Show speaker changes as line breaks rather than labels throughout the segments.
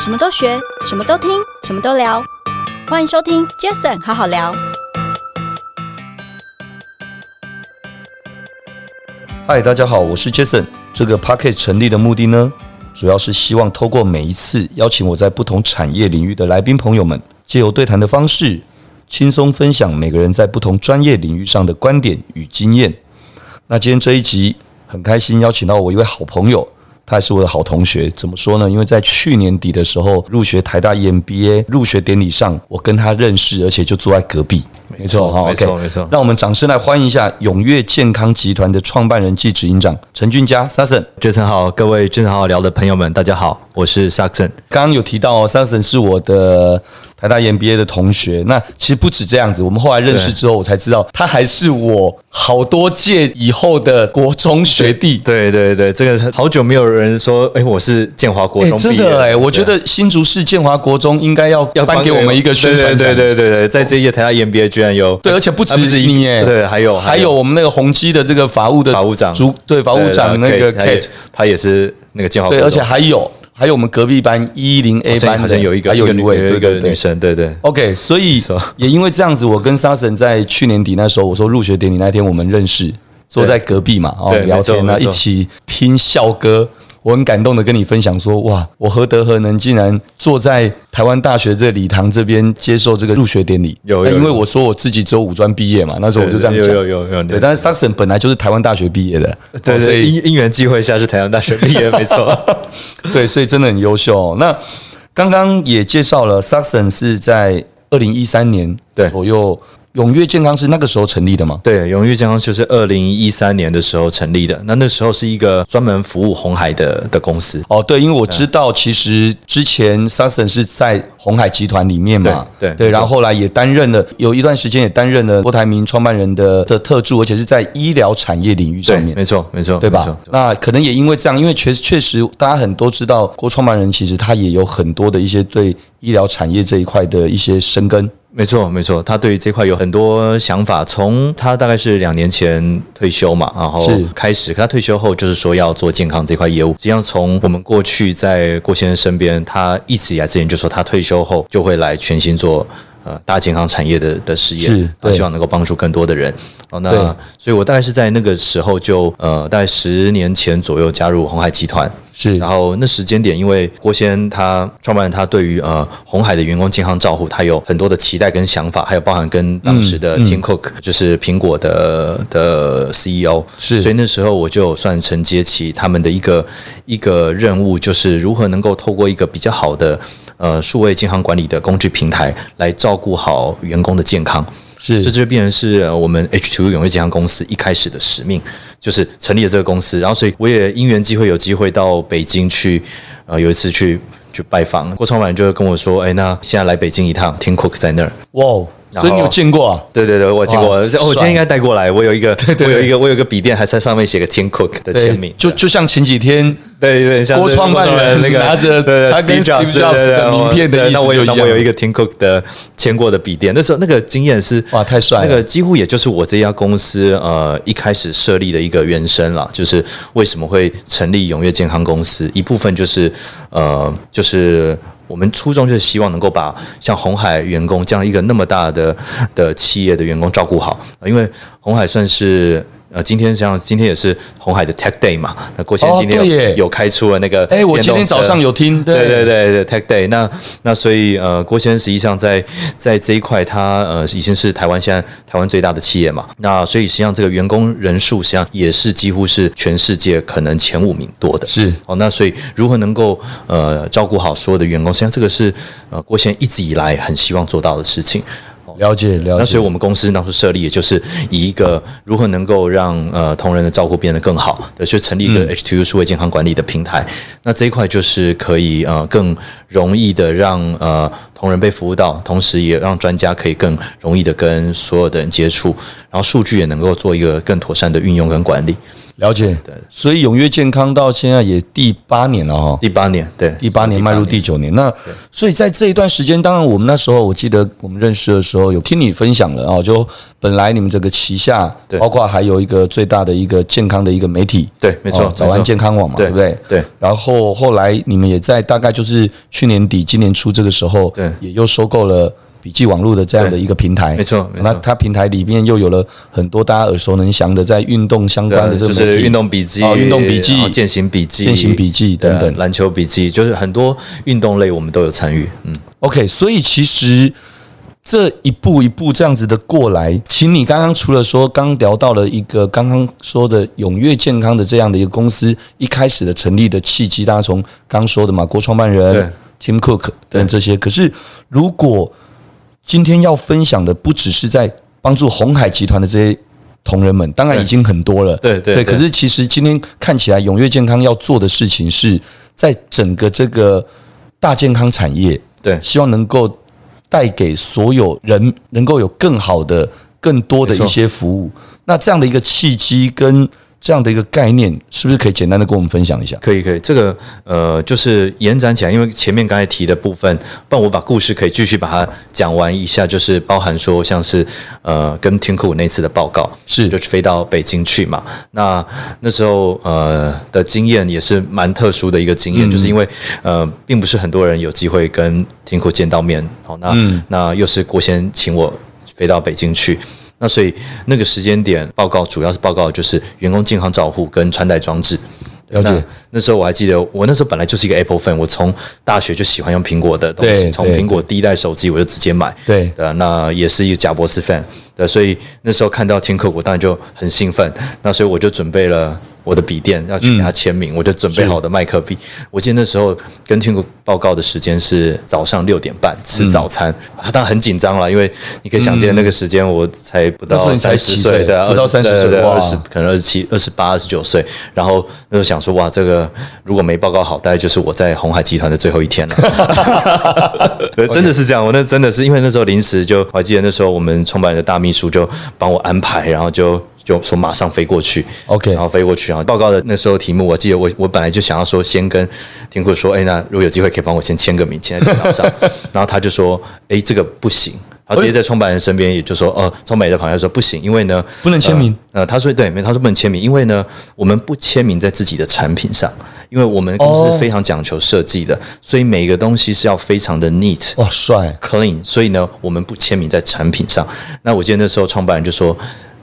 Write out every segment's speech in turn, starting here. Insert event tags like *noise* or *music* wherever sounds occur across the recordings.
什么都学，什么都听，什么都聊。欢迎收听 Jason 好好聊。
嗨，大家好，我是 Jason。这个 p a c k e t 成立的目的呢，主要是希望透过每一次邀请我在不同产业领域的来宾朋友们，借由对谈的方式，轻松分享每个人在不同专业领域上的观点与经验。那今天这一集很开心邀请到我一位好朋友，他也是我的好同学。怎么说呢？因为在去年底的时候入学台大 E EMBA 入学典礼上，我跟他认识，而且就坐在隔壁。没错哈，
没错
哦 OK
没错
让我们掌声来欢迎一下永越健康集团的创办人暨执行长陈俊佳 Sason。
Jason 好，各位 Jason 好好聊的朋友们，大家好，我是 Saxon。
刚刚有提到、哦、，Sason 是我的台大 MBA 的同学。那其实不止这样子，我们后来认识之后，我才知道他还是我好多届以后的国中学弟。
对对对，这个好久没有人说，哎，我是建华国
哎，
中
真
毕业
的哎，我
对
觉得新竹市建华国中应该要要颁给我们一个宣传奖。
对对对对对，在这一届台大 EMBA 居然有
对，而且不止
啊不止一
你哎，
对还有
还
还
有
有
我们那个宏基的这个法务的
法务长
主，对法务长那个 Kate，
Kate，他也是那个建华国
对，
中，
而且还有还有我们隔壁班一零 A
好像
班
好
的
像有一个
还有一
女
位
有
对
一个
对对
女生，对对
OK，所以
错
也因为这样子，我跟沙神在去年底那时候，我说入学典礼那天我们认识，坐在隔壁嘛，哦
对
聊天啊，
没错没
一
错
起听校歌。我很感动的跟你分享说，哇，我何德何能，竟然坐在台湾大学这礼堂这边接受这个入学典礼。
有
那
有
因为
有
我说我自己只有五专毕业嘛，那时候我就
对
这样
有
讲。
有有有
对，但是 Saxon 本来就是台湾大学毕业的，
对
哦所
对，
以
因因缘际会下是台湾大学
*laughs*
毕业，没错。
对，所以真的很优秀、哦。那刚刚也介绍了，Saxon 是在二零一三年
对
左右，永跃健康是那个时候成立的吗？
对，永裕健康就是二零一三年的时候成立的，那那时候是一个专门服务红海的的公司。
哦，对，因为我知道，其实之前 Saxon 是在红海集团里面嘛，
对对
对，
没错
然后后来也担任了有一段时间也担任了郭台铭创办人的的特助，而且是在医疗产业领域上
对，
面。
没错，没错，
对
没
吧
错？
那可能也因为这样，因为确确实大家很多知道郭创办人，其实他也有很多的一些对医疗产业这一块的一些深耕。
没错，没错，他对于这块有很多想法。从他大概是两年前退休嘛，然后
是
开始，可他退休后就是说要做健康这块业务。实际上，从我们过去在郭先生身边，他一直以来之前就说他退休后就会来全心做。呃，大健康产业的的实
是
验，他
对
希望能够帮助更多的人。哦，那
对
所以，我大概是在那个时候就呃，大概十年前左右加入红海集团。
是
然后那时间点，因为郭先他创办人他对于呃红海的员工健康照护，他有很多的期待跟想法，还有包含跟当时的嗯 Tim Cook，、就是苹果的的 CEO，
是
所以那时候我就算承接起他们的一个一个任务，就是如何能够透过一个比较好的呃数位健康管理的工具平台，来照顾好员工的健康。
是
这就变成是呃我们 H Two 永业健康公司一开始的使命，就是成立了这个公司。然后，所以我也因缘机会有机会到北京去，呃，有一次去去拜访郭创办人，就跟我说，哎，那现在来北京一趟，Tim Cook 在那儿。
哇哦，
然
所以你有
后
见过啊？
对对对，我见过，
哇
哦，我今
帅
天应该带过来。我有一个，我有一个，我有一个笔电，还在上面写个 Tim Cook 的
对
签名，，
就就像前几天
*laughs* 对对，像是
郭创办人
那
*laughs*
个
拿着
对对
他跟
Steve
Steve Jobs
对对
的名片的
对
意思
那我
就
有
一
那
样
我有一个 Tim Cook 的签过的笔电，那时候那个经验是
哇太帅了
那个几乎也就是我这家公司呃一开始设立的一个原生啦，就是为什么会成立永跃健康公司，一部分就是呃就是。我们初衷就是希望能够把像红海员工这样一个那么大的的企业的员工照顾好，呃因为红海算是呃今天像今天也是红海的 Tech Day 嘛，那郭先生
哦
今天
对
有,、
耶
有开出了那个
哎我今天
电动车
早上有听对
对对对对 Tech Day 那。那所以呃，郭先生实际上在在这一块他，呃已经是台湾现在台湾最大的企业嘛。那所以实际上这个员工人数实际上也是几乎是全世界可能前五名多的。
是
哦，那所以如何能够呃照顾好所有的员工，实际上这个是呃郭先生一直以来很希望做到的事情。
了解了
那
解
所以，我们公司当初设立，也就是以一个如何能够让呃同仁的照顾变得更好的，去成立一个
嗯
H T U 数位健康管理的平台。那这一块就是可以呃更容易的让呃同仁被服务到，同时也让专家可以更容易的跟所有的人接触，然后数据也能够做一个更妥善的运用跟管理。
了解。
对，
所以永跃健康到现在也第八年了哈、
第八年，对，
第八年迈入第九年，那所以在这一段时间，当然我们那时候我记得我们认识的时候有听你分享了哦，就本来你们这个旗下，
对
包括还有一个最大的一个健康的一个媒体，
对，没错
哦，早安
没错
健康网嘛，对不对？
对，
然后后来你们也在大概就是去年底、今年初这个时候，
对
也又收购了笔记网络的这样的一个平台，
没错没错
那它平台里面又有了很多大家耳熟能详的在运动相关的这
就
个
是
媒
运
体
动笔记、
啊哦运动笔记
然后践行笔记、
践行笔记
对啊
等等
篮球笔记，就是很多运动类我们都有参与。嗯，
OK，所以其实这一步一步这样子的过来，请你刚刚除了说刚聊到了一个刚刚说的永跃健康的这样的一个公司一开始的成立的契机，大家从刚说的嘛，郭创办人 Tim Cook 等这些，可是如果今天要分享的不只是在帮助红海集团的这些。同仁们，当然
对
已经很多了，
对对
对。
对
可是其实今天看起来，永跃健康要做的事情是在整个这个大健康产业，
对
希望能够带给所有人能够有更好的、更多的
没错
一些服务。那这样的一个契机跟这样的一个概念，是不是可以简单的跟我们分享一下？
可以可以，这个呃，就是延展起来，因为前面刚才提的部分，不然我把故事可以继续把它讲完一下，就是包含说像是呃跟天库那次的报告，
是
就飞到北京去嘛。那那时候呃的经验也是蛮特殊的一个
嗯
经验，就是因为呃并不是很多人有机会跟天库见到面，好、那、
嗯
那又是郭先请我飞到北京去。那所以那个时间点报告主要是报告就是员工健康照护跟穿戴装置，
了解
那那时候我还记得，我那时候本来就是一个 Apple fan，我从大学就喜欢用苹果的东
对
西，从
对
苹果第一代手机我就直接买。
对
对啊，那也是一个贾博士 fan，对，所以那时候看到天克，我当然就很兴奋。那所以我就准备了我的笔电要去给他签名，我就准备好我的麦克笔。我记得那时候跟天克报告的时间是早上六点半吃早餐，他、当然很紧张了，因为你可以想见那个时间我才不
那时候
到
你才
三
几
十
岁
岁，对啊，
不到
20
30岁
对对对
哇
二十可能二十七、二十八、二十九岁，然后那时候想说，哇，这个如果没报告好，大概就是我在红海集团的最后一天了。 *laughs* 对真的是这样，我那真的是因为那时候临时就，我还记得那时候我们创办人的大秘书就帮我安排，然后就。就说马上飞过去
OK
然后飞过去，啊然后报告的那时候题目，我记得我我本来就想要说先跟天库说，哎，那如果有机会可以帮我先签个名，签在电脑上，然后他就说，哎，这个不行，他直接在创办人身边也就说，哦，创办人在旁边说不行，因为呢
不能签名
呃呃，他说对，没，他说不能签名，因为呢，我们不签名在自己的产品上，因为我们公司
哦
是非常讲求设计的，所以每个东西是要非常的 neat
哇，帅！
clean，所以呢，我们不签名在产品上。那我记得那时候创办人就说。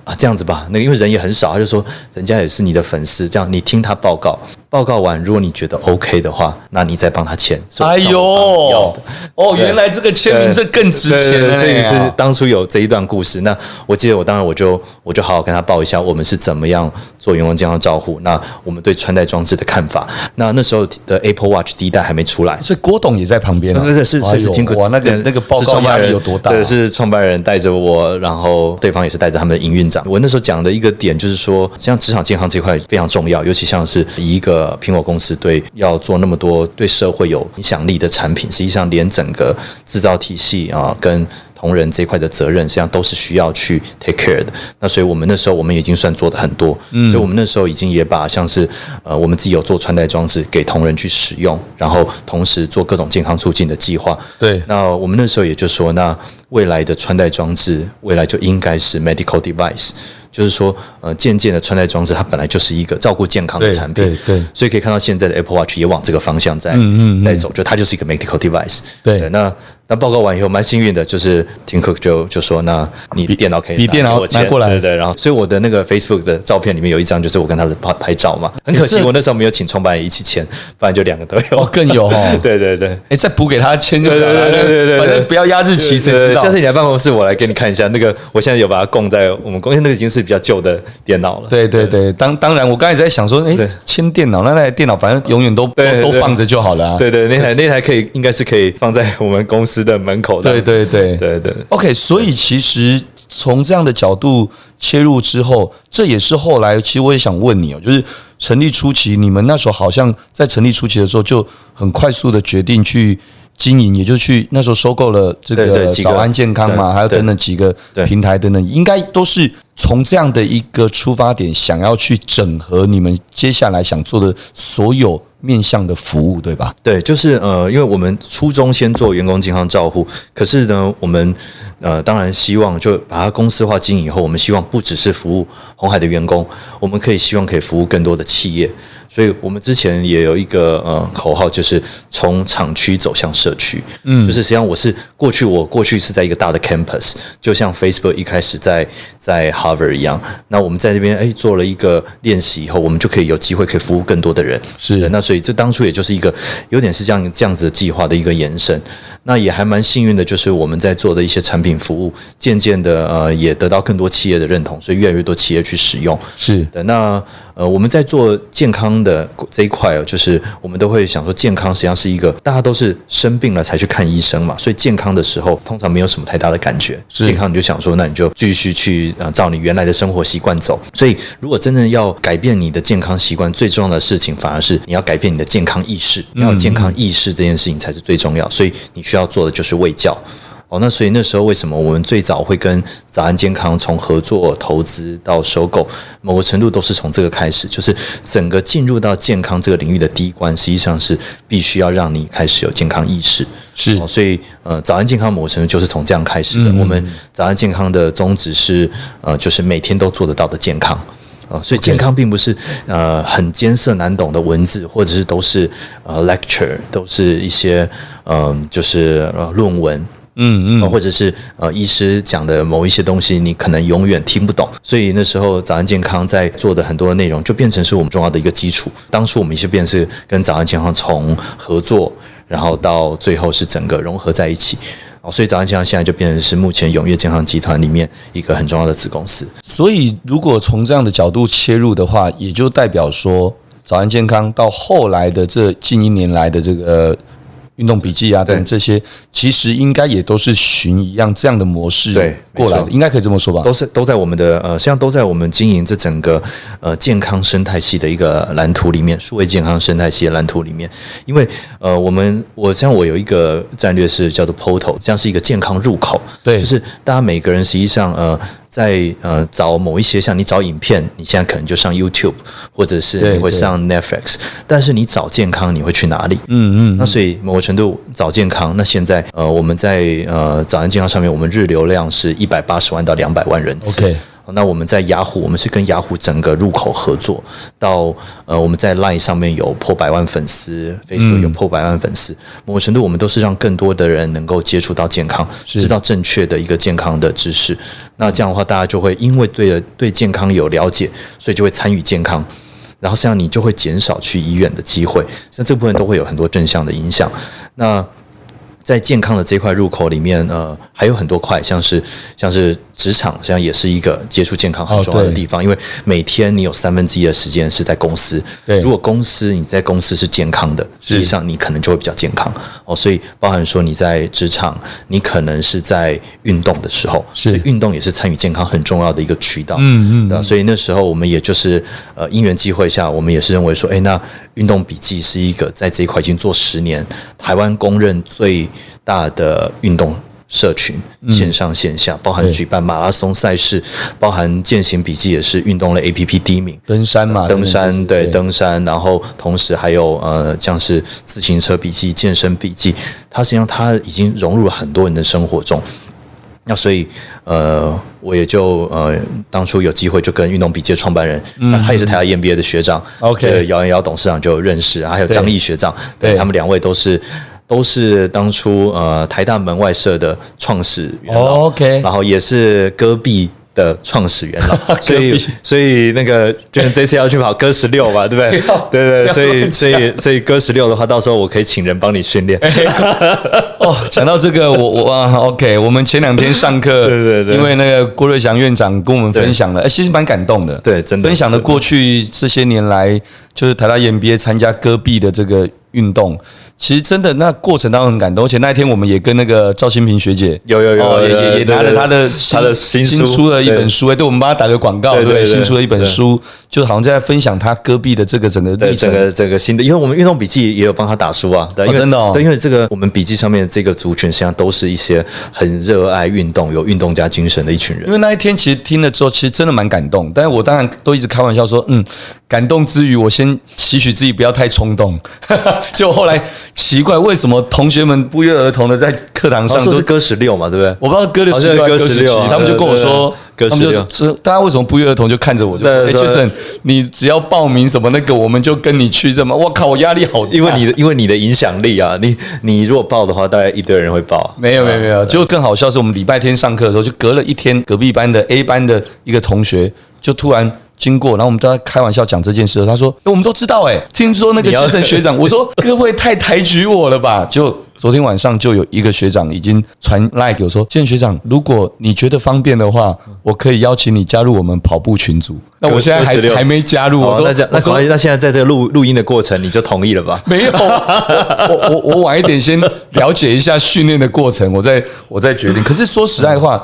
啊，这样子吧，那个因为人也很少，他就说人家也是你的粉丝，这样你听他报告，报告完，如果你觉得 OK 的话，那你再帮他签。所
哎
以
呦，
我上网帮你要的
哦，原来这个签名这更值
对
钱
对
了哎
对
呢，
所以是当初有这一段故事。那我记得我当然我就我就好好跟他报一下我们是怎么样做员工健康照护，那我们对穿戴装置的看法。那那时候的 Apple Watch 第一代还没出来。
所以郭董也在旁边啊，
对对是
哎呦
是是听过
哇，那个
对
那个报
是
告
创
压
办
力
人
有多大？啊
对，是创办人带着我，然后对方也是带着他们的营运长。我那时候讲的一个点就是说，像职场健康这块非常重要，尤其像是以一个苹果公司对要做那么多对社会有影响力的产品，实际上连整个制造体系啊跟。同仁这块的责任，实际上都是需要去 take care 的。那所以我们那时候我们已经算做的很多，所以我们那时候已经也把像是呃我们自己有做穿戴装置给同仁去使用，然后同时做各种健康促进的计划。
对
那我们那时候也就说，那未来的穿戴装置未来就应该是 medical device。就是说，呃，渐渐的穿戴装置它本来就是一个照顾健康的
对
产品，
对对嗯
所以可以看到现在的 Apple Watch 也往这个方向在在走，就它就是一个 medical device。
对
那那报告完以后，蛮幸运的，就是听 Cook 就就说，那你电脑可以
比电脑
给我签
拿过来
对对。然后，所以我的那个 Facebook 的照片里面有一张就是我跟他的拍拍照嘛，很可惜
诶这
我那时候没有请创办人一起签，不然就两个都有。。
哦，更有哦
*laughs* 对对对。
哎，再补给他签就好了，
对对对对对对
反正不要压日期，谁知道
下？次你来办公室，我来给你看一下那个，我现在有把它供在我们公司，那个已经是比较旧的电脑了。
对对对，当当然，我刚才在想说，哎
对，
签电脑那台电脑，反正永远都
对
都都
对
放着就好了、啊。
对对，那台那台可以，应该是可以放在我们公司的门口的。
对对对
对对
OK，所以其实从这样的角度切入之后，这也是后来，其实我也想问你哦，就是成立初期，你们那时候好像在成立初期的时候就很快速的决定去经营，也就去那时候收购了这
对
个
对几个
早安健康嘛，
对
还有等等几个
对
平台等等，应该都是从这样的一个出发点，想要去整合你们接下来想做的所有面向的服务，对吧？
对，就是呃，因为我们初衷先做员工健康照护，可是呢，我们呃当然希望就把它公司化经营以后，我们希望不只是服务红海的员工，我们可以希望可以服务更多的企业。所以我们之前也有一个呃口号，就是从厂区走向社区。嗯，就是实际上我是过去我过去是在一个大的 campus，就像 Facebook 一开始在在 Harvard 一样。那我们在那边哎做了一个练习以后，我们就可以有机会可以服务更多的人。
是
对那所以这当初也就是一个有点是这样这样子的计划的一个延伸。那也还蛮幸运的，就是我们在做的一些产品服务，渐渐的呃也得到更多企业的认同，所以越来越多企业去使用。
是
对，那呃，我们在做健康的这一块哦，就是我们都会想说，健康实际上是一个大家都是生病了才去看医生嘛，所以健康的时候通常没有什么太大的感觉。
是
健康你就想说，那你就继续去啊、呃，照你原来的生活习惯走。所以，如果真正要改变你的健康习惯，最重要的事情反而是你要改变你的健康意识，
嗯
要有健康意识这件事情才是最重要。所以，你需要做的就是卫教。哦，那所以那时候为什么我们最早会跟早安健康从合作、投资到收购，某个程度都是从这个开始，就是整个进入到健康这个领域的第一关，实际上是必须要让你开始有健康意识。
是
哦，所以呃，早安健康某个程度就是从这样开始的。我们早安健康的宗旨是呃，就是每天都做得到的健康。啊、所以健康并不是呃很艰涩难懂的文字，或者是都是呃 lecture，都是一些嗯、就是呃论文，
嗯
呃或者是呃医师讲的某一些东西，你可能永远听不懂。所以那时候早安健康在做的很多内容，就变成是我们重要的一个基础。当初我们就变成是跟早安健康从合作，然后到最后是整个融合在一起。哦所以早安健康现在就变成是目前永业健康集团里面一个很重要的子公司。
所以，如果从这样的角度切入的话，也就代表说，早安健康到后来的这近一年来的这个呃运动笔记啊
对
等这些，其实应该也都是循一样这样的模式
对
过来的，
没错
应该可以这么说吧？
都是都在我们的呃，实际上都在我们经营这整个呃健康生态系的一个蓝图里面，数位健康生态系的蓝图里面。因为呃，我们我像我有一个战略是叫做 Portal，这样是一个健康入口，
对
就是大家每个人实际上呃。在呃找某一些像你找影片，你现在可能就上 YouTube，或者是
对
你会
对
上 Netflix，但是你找健康你会去哪里？
嗯嗯，
那所以某个程度早健康，那现在呃我们在呃早安健康上面，我们日流量是一百八十万到两百万人次。
OK
那我们在雅虎，我们是跟雅虎整个入口合作，到呃我们在 Line 上面有破百万粉丝，Facebook
嗯
有破百万粉丝，某个程度我们都是让更多的人能够接触到健康，知道正确的一个健康的知识。那这样的话，大家就会因为对了对健康有了解，所以就会参与健康。然后这样你就会减少去医院的机会，像这部分都会有很多正向的影响。那在健康的这一块入口里面，呃，还有很多块，像是像是职场，实际上也是一个接触健康很
哦
重要的
对
地方，因为每天你有三分之一的时间是在公司。
对
如果公司你在公司是健康的，实际上你可能就会比较健康哦。所以包含说你在职场，你可能是在运动的时候，
是
所以运动也是参与健康很重要的一个渠道。嗯嗯，对啊、所以那时候我们也就是呃因缘际会下，我们也是认为说，哎，那运动笔记是一个在这一块已经做十年，台湾公认最大的运动。社群线上线下，包含
对
举办马拉松赛事，包含践行笔记也是运动类 A P P 第一名，
登山嘛，
登
等
山
等这些
对，登山，然后同时还有呃像是自行车笔记、健身笔记，它实际上它已经融入了很多人的生活中。那所以，呃，我也就呃，当初有机会就跟运动笔记的创办人，那他也是台大 E EMBA 的学长
OK
就是姚元姚董事长就认识，还有张毅学长，对
对
他们两位都是都是当初呃台大门外社的创始元老、
哦，OK
然后也是戈壁的创始元
*laughs*
老，所以所以那个就是这次要去跑哥十六
*laughs*
吧，对不对？对对，所以所以所以哥十六的话，到时候我可以请人帮你训
*laughs* 哎
练。
哦，讲到这
*laughs*
个，我我啊，OK，我们前两天上课，
对对对
因为那个郭瑞祥院长跟我们分享了，哎，其实蛮感动的，
对真的
分享了过去这些年来，就是台大 EMBA 参加戈壁的这个运动，其实真的那过程当中很感动，而且那一天我们也跟那个赵新平学姐
有有有
哦
有
也
有
也也
对
拿了
对对
她的
她的新
新
书
出了一
对
本书，哎，对我们帮她打个广告，
对
对
对
不对？
对
新出了一本
对
书，就好像在分享她戈壁的这个整个
对
历
整
程，
个整个新的，因为我们运动笔记也有帮他打书啊，对，
哦
因为、
真的哦
对，因为这个我们笔记上面的这个族群，实际上都是一些很热爱运动、有运动家精神的一群人
因。为那一天其实听了之后，其实真的蛮感动。但是我当然都一直开玩笑说，嗯，感动之余，我先期许自己不要太冲动。 *laughs* 就后来奇怪，为什么同学们不约而同的在课堂
好
上
像
都
哦是歌十六嘛，对不对？
我不知道歌六
好
十
像
六还
歌
是歌十
16
七
啊，
他们就跟我说，
对对对
他们就
歌16
说，大家为什么不约而同就看着我就说，哎
对对
，Jason，你只要报名什么那个，我们就哎跟你去这么，我靠，我压哎力好大，啊
因为你的因为你的影响力啊，你你如果报的话，大概一堆人会报。
没有没有没有，就更好笑是我们礼拜天上课的时候，就隔了一天，隔壁班的 A 班的一个同学就突然。经过，然后我们都在开玩笑讲这件事，他说：“哎我们都知道，哎，听说那个
你要
杰森学
*laughs*
长，我说各位太抬举我了吧？”就昨天晚上就有一个学长已经传 like 给我说：“杰森学长，如果你觉得方便的话，我可以邀请你加入我们跑步群组。”那我现在
26
还还没加入，
好
我说
哦那这样，那
我说
所以那现在在这个录录音的过程，你就同意了吧？
没有， *laughs* 我我我我晚一点先了解一下训练的过程，我再我再决定。可是说实在话，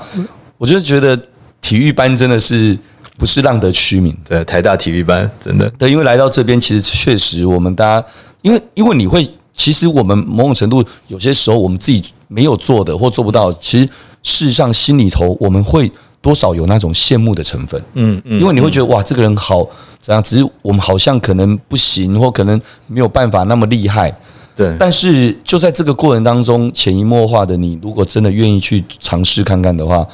我就是觉得体育班真的是不是浪得虚名。
对，台大体育班真的
对，因为来到这边，其实确实我们大家，因为因为你会，其实我们某种程度有些时候我们自己没有做的或做不到，其实事实上心里头我们会多少有那种羡慕的成分。嗯嗯，因为你会觉得哇，这个人好怎样，只是我们好像可能不行，或可能没有办法那么厉害。
对。
但是就在这个过程当中，潜移默化的你，如果真的愿意去尝试看看的话，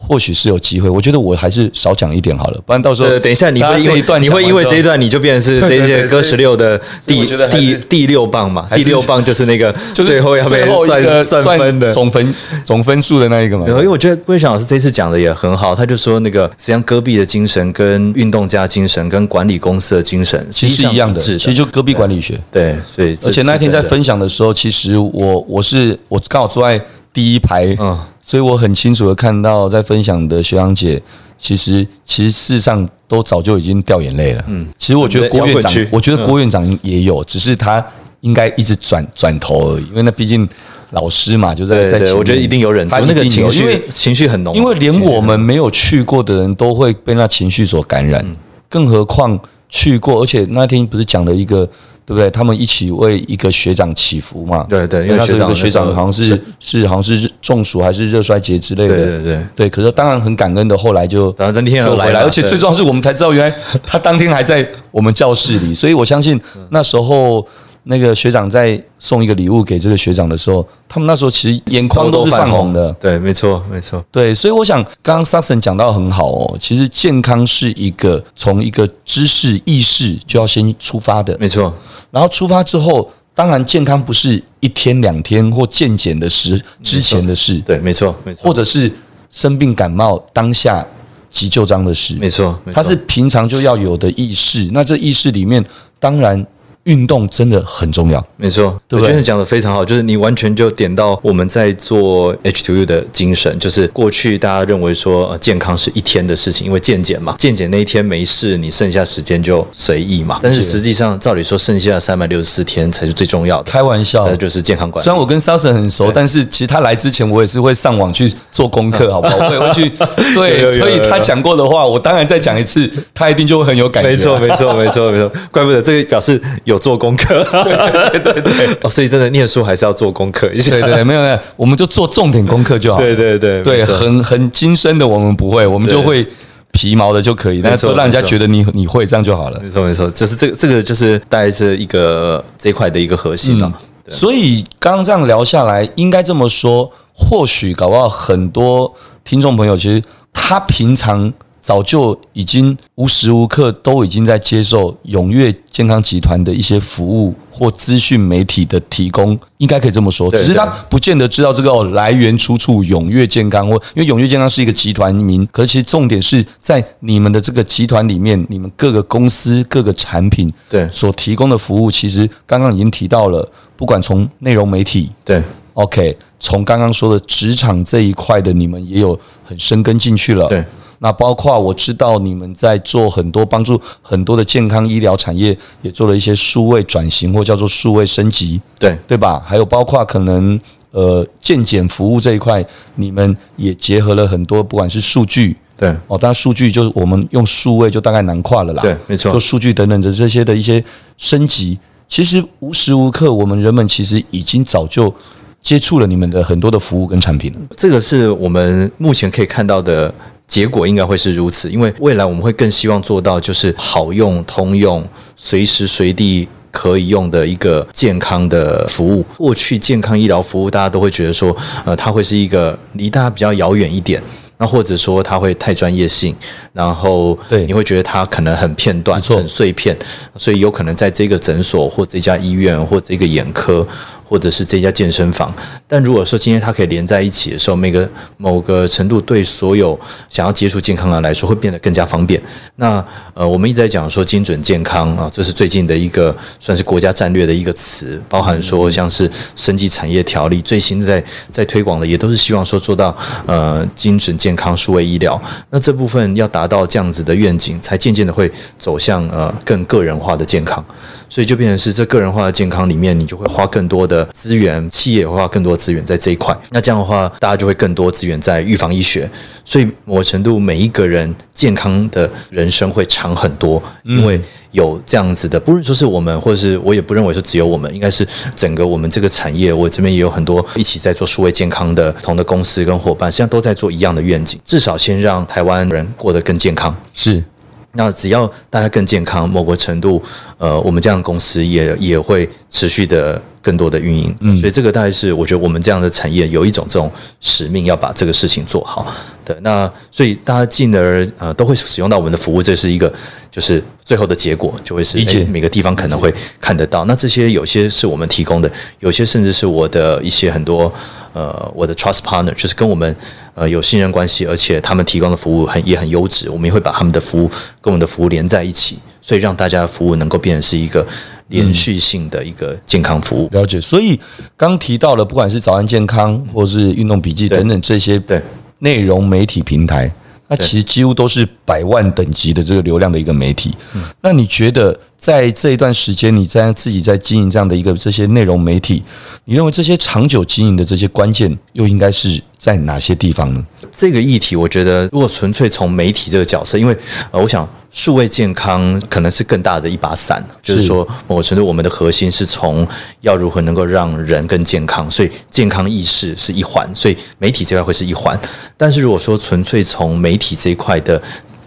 或许是有机会。我觉得我还是少讲一点好了，不然到时候
对，呃等一下你
大
会
家
因
这
为
一段
你会因为这一
段。
段你就变成是这一届歌十六的
以
第
我觉得还
第
是
第六棒嘛，
是
第六棒就是那个
就是
最后要被
最后一个
算算分的。
总分总分数的那一个嘛
然。后，因为我觉得魏翔老师这次讲的也很好，他就说那个实际上戈壁的精神、跟运动家精神、跟管理公司的精神
其实是
际上
一样的，
致
其实就戈壁管理学。
对，所以这
而且那天在
是真的
分享的时候，其实我我是我刚好坐在第一排，
嗯
所以我很清楚的看到在分享的学长姐，其实其实事实上都早就已经掉眼泪了。嗯，其实我觉得郭院
摇滚
长
区，嗯
我觉得郭院长也有，只是他应该一直转转头而已，因为那毕竟老师嘛，就在
对
在
对
前
对，
面
我觉得一定有忍住
他
那个
一定有
情绪，
因为
情绪很浓，啊
因为连
情绪
我们没有去过的人都会被那情绪所感
嗯
染，更何况去过。而且那天不是讲了一个，对不对？他们一起为一个学长祈福嘛？
对对因为
那时候有个
学长
学
那
长
时候
好像是是好像是中暑还是热衰竭之类的。
对对对。
对，可是当然很感恩的，后来就
然后那天有
就
来
回来，
嘛
而且
对
最重要是我们才知道，原来他当天还在我们教室
嗯
里，所以我相信那时候那个学长在送一个礼物给这个学长的时候，他们那时候其实眼眶都是泛红的，
对，没错，没错，
对，所以我想，刚刚 Saxon 讲到很好哦。其实健康是一个从一个知识意识就要先出发的，
没错，
然后出发之后，当然健康不是一天两天或渐减的时之前的事，
对，没错，没错，
或者是生病感冒当下急救章的事，
没错，没错
它是平常就要有的意识。那这意识里面，当然运动真的很重要。
没错，
对不
我
对
觉得你讲的非常好，就是你完全就点到我们在做 H2U 的精神，就是过去大家认为说、呃、健康是一天的事情，因为健检嘛，健检那一天没事，你剩下时间就随意嘛。但是实际上，照理说，剩下三百六十四天才是最重要的，
开玩笑
那，就是健康管理
虽。然我跟 Sason 很熟，但是其实他来之前，我也是会上网去做功
*laughs*
课，好不好？我也会去对
有有，有
所以
有
他讲过的话，我当然再讲一次，他一定就会很有感觉。啊
没错，，没错，没错，没错，怪不得这个表示有做功课。对对对对，哦，所以真的念书还是要做功课一下。
对对，没有没有，我们就做重点功课就好。
对对对
对，
没错
很很精深的我们不会，我们就会皮毛的就可以，但是
错
都让人家
没错
觉得你你会，这样就好了。
没错没错，就是这个这个就是大概是一个这一块的一个核心了。
所以刚刚这样聊下来，应该这么说，或许搞不好很多听众朋友其实他平常早就已经无时无刻都已经在接受永越健康集团的一些服务或资讯媒体的提供，应该可以这么说。
对
只是他
对
不见得知道这个、哦、来源出处永越健康，或因为永越健康是一个集团名，可是其实重点是在你们的这个集团里面，你们各个公司各个产品
对
所提供的服务，其实刚刚已经提到了，不管从内容媒体
对
，OK，从刚刚说的职场这一块的，你们也有很深耕进去了。
对，
那包括我知道你们在做很多帮助很多的健康医疗产业，也做了一些数位转型或叫做数位升级，
对
对吧？还有包括可能呃健检服务这一块，你们也结合了很多，不管是数据
对
哦，当然数据就是我们用数位就大概囊括了啦，
对，没错
做，数据等等的这些的一些升级，其实无时无刻我们人们其实已经早就接触了你们的很多的服务跟产品了。
这个是我们目前可以看到的结果，应该会是如此。因为未来我们会更希望做到就是好用、通用、随时随地。可以用的一个健康的服务，过去健康医疗服务，大家都会觉得说，呃，它会是一个离大家比较遥远一点，那或者说它会太专业性，然后
对
你会觉得它可能很片段、
没错
很碎片，所以有可能在这个诊所或这家医院或这个眼科或者是这家健身房，但如果说今天它可以连在一起的时候，每个某个程度对所有想要接触健康的人来说，会变得更加方便。那呃，我们一直在讲说精准健康啊，这是最近的一个算是国家战略的一个词，包含说像是升级产业条例最新在在推广的，也都是希望说做到呃精准健康数位医疗。那这部分要达到这样子的愿景，才渐渐的会走向呃更个人化的健康。所以就变成是这个人化的健康里面，你就会花更多的资源，企业也会花更多资源在这一块。那这样的话，大家就会更多资源在预防医学，所以某程度每一个人健康的人生会长很多，因为有这样子的，不论说是我们，或者是我也不认为说只有我们，应该是整个我们这个产业，我这边也有很多一起在做数位健康的不同的公司跟伙伴，实际上都在做一样的愿景，至少先让台湾人过得更健康。
是，
那只要大家更健康，某个程度，呃，我们这样的公司也也会持续的更多的运营。嗯，所以这个大概是我觉得我们这样的产业有一种这种使命，要把这个事情做好的。那所以大家进而呃都会使用到我们的服务，这是一个就是最后的结果就会是
理解
诶每个地方可能会看得到。那这些有些是我们提供的，有些甚至是我的一些很多呃我的 trust partner，就是跟我们呃有信任关系，而且他们提供的服务很也很优质，我们也会把他们的服务跟我们的服务连在一起，所以让大家的服务能够变成是一个连续性的一个健康服务。
了解，所以刚提到了，不管是早安健康或是运动笔记等等这些
对
内容媒体平台，那
对
其实几乎都是百万等级的这个流量的一个媒体。那你觉得在这一段时间，你在自己在经营这样的一个这些内容媒体，你认为这些长久经营的这些关键又应该是在哪些地方呢？
这个议题，我觉得如果纯粹从媒体这个角色，因为呃，我想数位健康可能是更大的一把伞，就是
是
说某个程度我们的核心是从要如何能够让人更健康，所以健康意识是一环，所以媒体这块会是一环。但是如果说纯粹从媒体这一块的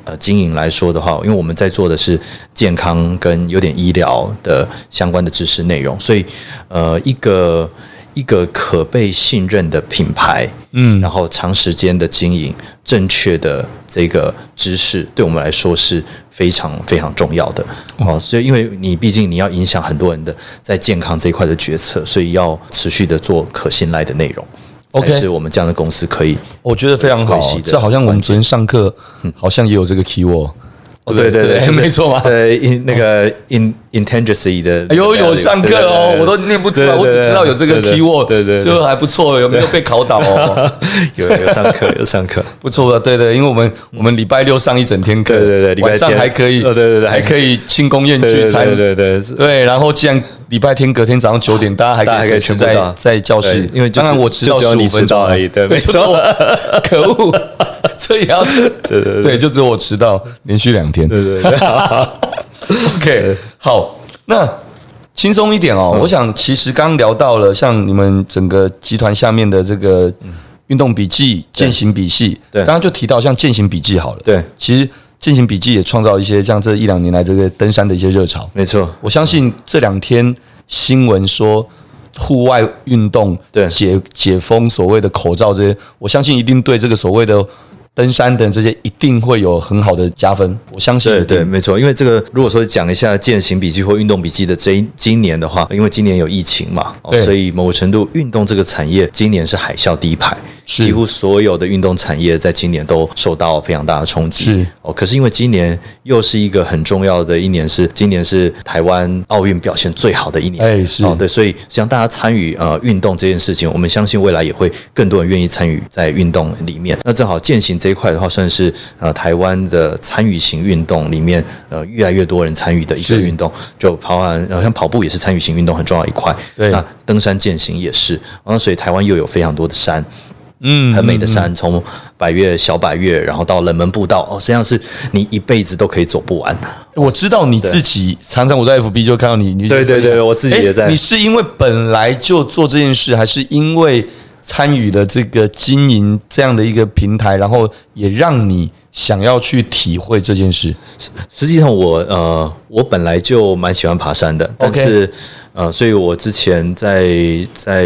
呃经营来说的话，因为我们在做的是健康跟有点医疗的相关的知识内容，所以呃一个一个可被信任的品牌，嗯，然后长时间的经营，正确的这个知识，对我们来说是非常非常重要的哦。所以，因为你毕竟你要影响很多人的在健康这一块的决策，所以要持续的做可信赖的内容。
OK
才是我们这样的公司可以
我觉得非常好
会系，的
哦这好像我们昨天上课好像也有这个 keyword。
嗯哦，对对
对
对，
对
就
*laughs*
是
没错嘛
对，in 那个 in intangency 的，
哎呦，有上课哦，我都念不出来，我只知道有这个 keyword，
对对，
就还不错，有没有被考倒哦？
有有上课，有上课，
不错的，啊对对，因为我们我们礼拜六上一整天课，
嗯对对对礼拜
晚
天
上还可以，
哦对对对
还可以庆功宴聚餐，
对对对对，
对然后既然礼拜天隔天早上九点，大家还
大家还可以
准
全
时
部
在
到
在教室
对，哦因为就
当然
只
我迟到
就只有
十
你
五分
迟
钟啊
到而已对没
就只有
错
我， *laughs* 可恶，这也
*laughs*
要对对对，就只有我迟到连续两天，
对对对
*laughs* OK，好，那轻松一点哦。
嗯
我想，其实刚聊到了，像你们整个集团下面的这个运动笔记、践行笔记，
嗯对
刚刚就提到像践行笔记好了，
对
其实践行笔记也创造一些像这一两年来这个登山的一些热潮。
没错，
我相信这两天新闻说。户外运动
对
解解封所谓的口罩这些，我相信一定对这个所谓的登山等这些一定会有很好的加分。我相信一
对
定
对，没错。因为这个，如果说讲一下践行笔记或运动笔记的这一今年的话，因为今年有疫情嘛，哦
对
所以某个程度运动这个产业今年是海啸第一排。
是
几乎所有的运动产业在今年都受到非常大的冲击。
是
哦，可是因为今年又是一个很重要的一年是，今年是台湾奥运表现最好的一年。
哎是
哦，对，所以像大家参与呃运动这件事情，我们相信未来也会更多人愿意参与在运动里面。那正好践行这一块的话，算是呃台湾的参与型运动里面呃越来越多人参与的一个
是
运动，就包含呃像跑步也是参与型运动很重要的一块。
对
那登山健行也是，然后所以台湾又有非常多的山，
嗯
很美的山，从百越、小百越，然后到冷门步道，哦，实际上是你一辈子都可以走不完。
我知道你自己常常我在 FB 就看到你，你
对对对我自己
诶
也在
你是因为本来就做这件事，还是因为参与了这个经营这样的一个平台，然后也让你想要去体会这件事？
实际上我呃，我本来就蛮喜欢爬山的，但是呃，所以我之前在在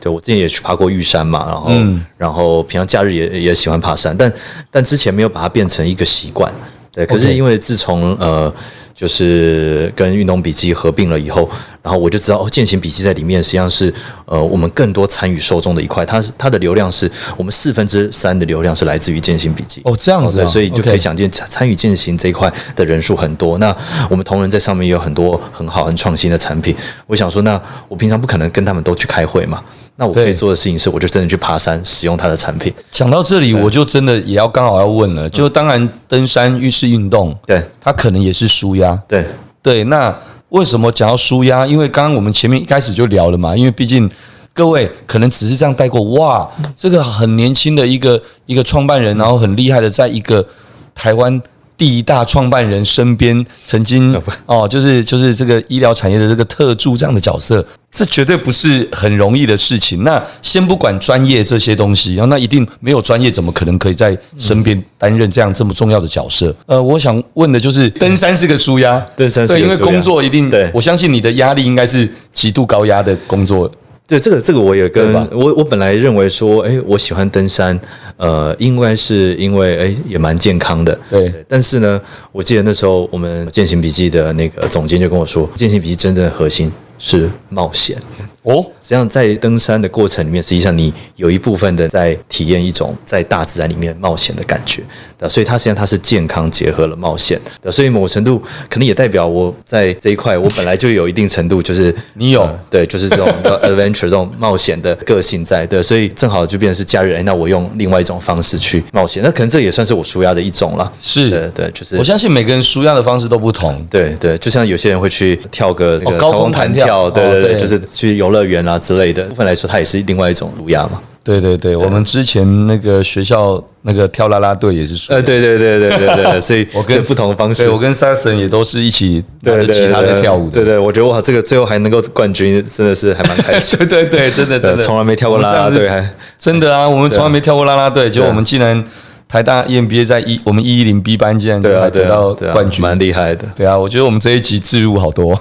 对我之前也去爬过玉山嘛，然后、然后平常假日也也喜欢爬山，但但之前没有把它变成一个习惯。对，可是
OK
因为自从呃，就是跟运动笔记合并了以后，然后我就知道哦，践行笔记在里面实际上是呃，我们更多参与受众的一块，它是它的流量是我们四分之三的流量是来自于践行笔记。
哦这样子啊
对所以就可
OK
以想见参参与践行这一块的人数很多。那我们同仁在上面也有很多很好、很创新的产品。我想说，那我平常不可能跟他们都去开会嘛，那我可
对
以做的事情是，我就真的去爬山，使用它的产品。
讲到这里，我就真的也要刚好要问了，
嗯
就当然登山运是运动，
对
它可能也是舒压，
对，
对，那为什么讲到舒压？因为刚刚我们前面一开始就聊了嘛，因为毕竟各位可能只是这样带过，哇，这个很年轻的一个一个创办人，然后很厉害的，在一个台湾。第一大创办人身边曾经哦，就是就是这个医疗产业的这个特助这样的角色，这绝对不是很容易的事情。那先不管专业这些东西，然后哦那一定没有专业，怎么可能可以在身边担任这样这么重要的角色？呃，我想问的就是，登山是个舒压，
登山是
对，
个
因为
舒压
工作一定，
对
我相信你的压力应该是极度高压的工作，
对，这个这个我也跟
对吧
我我本来认为说，哎，我喜欢登山，呃，应该是因为哎也蛮健康的。
对
但是呢，我记得那时候我们践行笔记的那个总监就跟我说，践行笔记真正的核心是冒险。
哦，
实际上，在登山的过程里面，实际上你有一部分的在体验一种在大自然里面冒险的感觉，对吧，所以它实际上它是健康结合了冒险，对吧，所以某程度可能也代表我在这一块，我本来就有一定程度就是
你有
呃对，就是这种
*laughs*
adventure 这种冒险的个性在，对，所以正好就变成是假日，哎，那我用另外一种方式去冒险，那可能这也算是我舒压的一种啦。对
是，
对，就是
我相信每个人舒压的方式都不同，
对对，就像有些人会去跳个那
哦
个
高空弹
弹
跳
对对
哦
对，
对
就是去游乐园啊之类的。部分来说，它也是另外一种儒雅嘛。
对对对，我们之前那个学校那个跳啦啦队也是舒压
呃，对对对对对对对， *laughs* 所以
我跟
这不同的方式，
对我跟 Saxon 也都是一起拿
对
着
对
吉他
对
在跳舞的，。
对对，我觉得哇，这个最后还能够冠军，真的是还蛮开心
*laughs* 对对对，真的真的，
呃从来没跳过啦啦队，还
真的啊，我们
对啊
从来没跳过啦啦队，结果我们竟然台大 E EMBA 在一我们一一零 B 班竟然
对
就
啊
还
对
得到
啊对啊，
冠军，
蛮厉
*laughs*
害的。
对啊，我觉得我们这一集置入好多。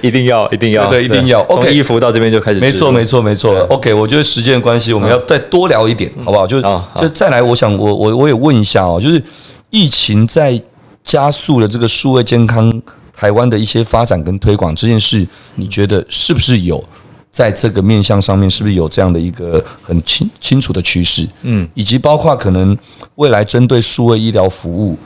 一定要，一定要，
对对一定要
从
OK
衣服到这边就开始，
没错，没。错，没错
对。
OK，我觉得时间的关系，我们要再多聊一点，好不好？就
好好
就再来，我想我我我也问一下哦，就是疫情在加速了这个数位健康台湾的一些发展跟推广这件事，你觉得是不是有在这个面向上面，是不是有这样的一个很清清楚的趋势？嗯，以及包括可能未来针对数位医疗服务。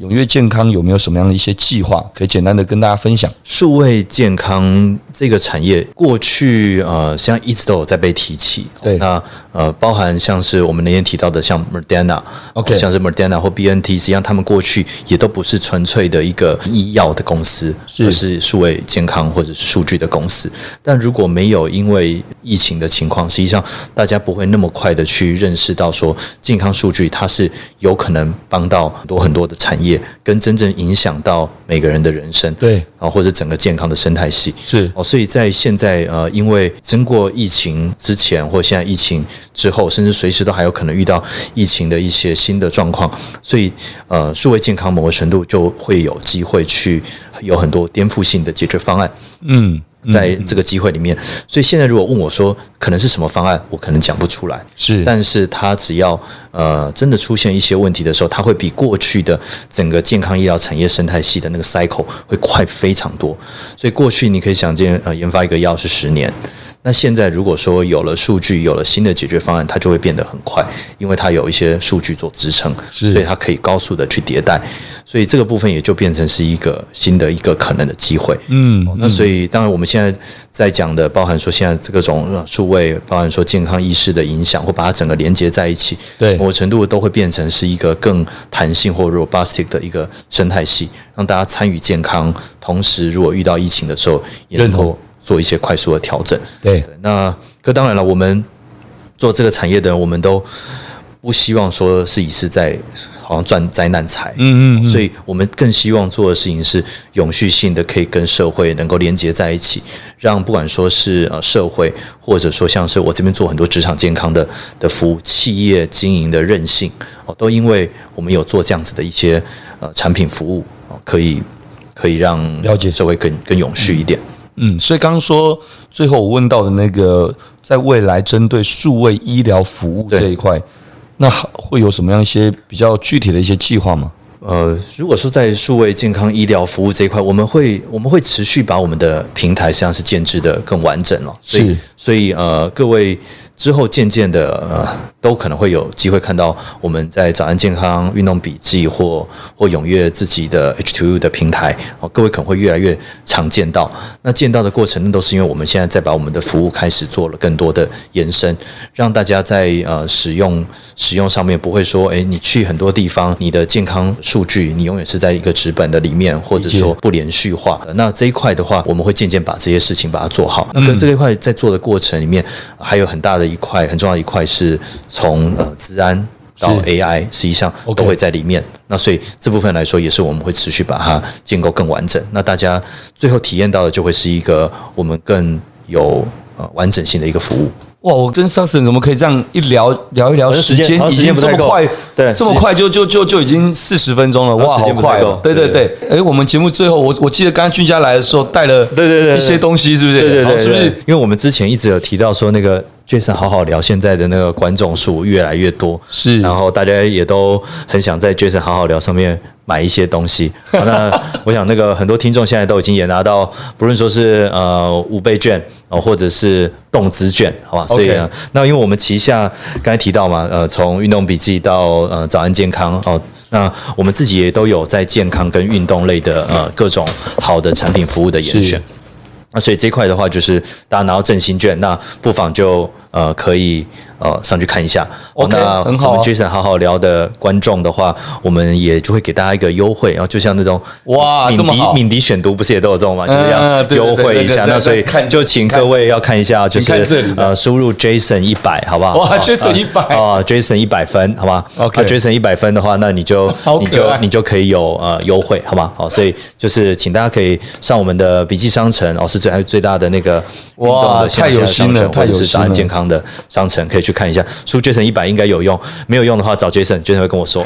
永跃健康有没有什么样的一些计划，可以简单的跟大家分享？
数位健康这个产业，过去呃，像一直都有在被提起。
对
那呃，包含像是我们那天提到的，像 Moderna、哦
OK
像是 Moderna 或 BNT，实际上他们过去也都不是纯粹的一个医药的公司，
是
而是数位健康或者是数据的公司。但如果没有因为疫情的情况，实际上大家不会那么快的去认识到说，健康数据它是有可能帮到很多很多的产业，跟真正影响到每个人的人生。
对，
啊，或者整个健康的生态系。
是
哦，所以在现在呃，因为经过疫情之前，或现在疫情之后，甚至随时都还有可能遇到疫情的一些新的状况，所以呃，数位健康某个程度就会有机会去有很多颠覆性的解决方案。
嗯，
在这个机会里面，所以现在如果问我说可能是什么方案，我可能讲不出来。
是
但是它只要呃真的出现一些问题的时候，它会比过去的整个健康医疗产业生态系的那个 cycle 会快非常多。所以过去你可以想见，呃，研发一个药是十年。那现在如果说有了数据，有了新的解决方案，它就会变得很快，因为它有一些数据做支撑，
是
所以它可以高速的去迭代，所以这个部分也就变成是一个新的一个可能的机会。
嗯
哦，那所以当然我们现在在讲的，包含说现在这个种呃数位，包含说健康意识的影响，或把它整个连接在一起，
对
某程度都会变成是一个更弹性或 robustic 的一个生态系，让大家参与健康，同时如果遇到疫情的时候，也能
认同
够做一些快速的调整。
对，
那可当然了，我们做这个产业的，我们都不希望说是一次在好像赚灾难财，
嗯嗯嗯
所以我们更希望做的事情是永续性的，可以跟社会能够连接在一起，让不管说是呃社会，或者说像是我这边做很多职场健康的的服务，企业经营的韧性哦，都因为我们有做这样子的一些呃产品服务哦，可以可以让
了解
社会更更永续一点。
嗯，所以刚刚说最后我问到的那个，在未来针对数位医疗服务这一块，那会有什么样一些比较具体的一些计划吗？
呃，如果说在数位健康医疗服务这一块，我们会我们会持续把我们的平台实际上是建制的更完整了，所以
是
所以呃，各位之后渐渐的呃，都可能会有机会看到我们在早安健康、运动笔记或或踊跃自己的 H2U 的平台哦，各位可能会越来越常见到。那见到的过程，那都是因为我们现在在把我们的服务开始做了更多的延伸，让大家在呃使用使用上面不会说，诶，你去很多地方，你的健康数据你永远是在一个纸本的里面，或者
理解
说不连续化。呃那这一块的话，我们会渐渐把这些事情把它做好。那
嗯
跟这一块在做的过程里面，还有很大的一块，很重要的一块是从呃治安。到
是
AI 实际上
OK
都会在里面那所以这部分来说，也是我们会持续把它建构更完整。那大家最后体验到的就会是一个我们更有呃完整性的一个服务。
哇，我跟上司人怎么可以这样一聊聊一聊，
好像时
时
间
间
好
已
像时间
经
不
这
太
么
够
快，
对
这么快就就就就已经四十分钟了，哇，
好像时
好
间不
快
太够
哦！对对对，哎，我们节目最后，我我记得刚刚君家来的时候带了
对对对对
一些东西，是不是？
对对对
然后是不
对
是？
因为我们之前一直有提到说，那个 Jason 好好聊，现在的那个观众数越来越多，
是
然后大家也都很想在 Jason 好好聊上面买一些
*laughs*
东西。好那我想，那个很多听众现在都已经也拿到，不论说是呃五倍券哦，或者是动资券，好吧？所以
OK
呢那因为我们旗下刚才提到嘛，呃，从运动笔记到呃早安健康哦。那我们自己也都有在健康跟运动类的呃各种好的产品服务的严选
是，
那所以这一块的话，就是大家拿到振兴券，那不妨就呃可以呃上去看一下。哦
OK，
那
很好啊
我们 Jason 好好聊的观众的话，我们也就会给大家一个优惠，然后哦就像那种
哇
敏
这么
迪
好
敏迪选读不是也都有这种吗？就是
嗯
要
嗯对对
优
对
惠
对
一
对
下。
对
那
对
所以
看
就请各位要看一下，就
请看这
是
里的
呃输入 Jason 一百，好不好？
哇
哦
Jason 100
呃哦，Jason 一百分，好吧
OK
那 Jason 一百分的话，那你就
好可
你就
爱
你就可以有呃优惠，好吗？好，所以就是请大家可以上我们的笔记商城哦，是最还有最大的那个运动
哇
的线
太有
下
心
商
了
城，
太
或者
有
是
心
早安
了
健康的商城，可以去看一下。输 Jason 一百应该有用，没有用的话找 Jason，Jason 会跟
*laughs*
我说。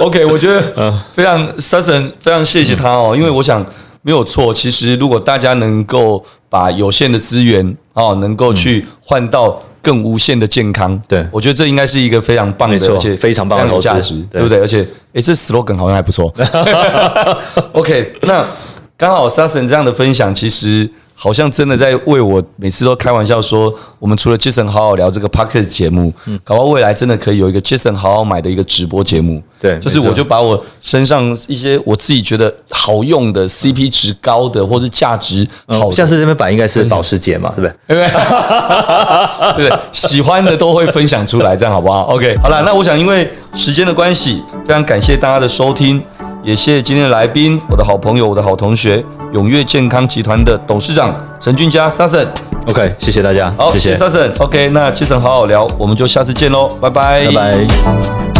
OK，我觉
*laughs* 嗯
得非常 s a s o n 非常谢谢他哦，因为我想没有错，其实如果大家能够把有限的资源哦，能够去换到。更无限的健康，
嗯对
我觉得这应该是一个非常棒的，
没错
而且
非常棒的
非常有
投资
价值，
对
对不对？而且，诶，这 slogan 好像还不错。OK，那 *laughs* 刚好 Sassen 这样的分享，其实好像真的在为我每次都开玩笑说，我们除了 Jason 好好聊这个 Podcast 节目，搞到未来真的可以有一个 Jason 好好买的一个直播节目。
对
就是
没错
我就把我身上一些我自己觉得好用的、CP 值高的，或是价值好
好，
的
下次这边版应该是保时捷嘛，对不对？
对不 *laughs* 对？对，喜欢的都会分享出来，这样好不好？OK，好了，那我想因为时间的关系，非常感谢大家的收听，也谢谢今天的来宾，我的好朋友，我的好同学，永越健康集团的董事长陈俊佳 Sassen。
OK，谢谢大家，
好，
谢
谢谢 Sassen。OK，那 Jason 好好聊，我们就下次见喽，拜拜，
拜拜。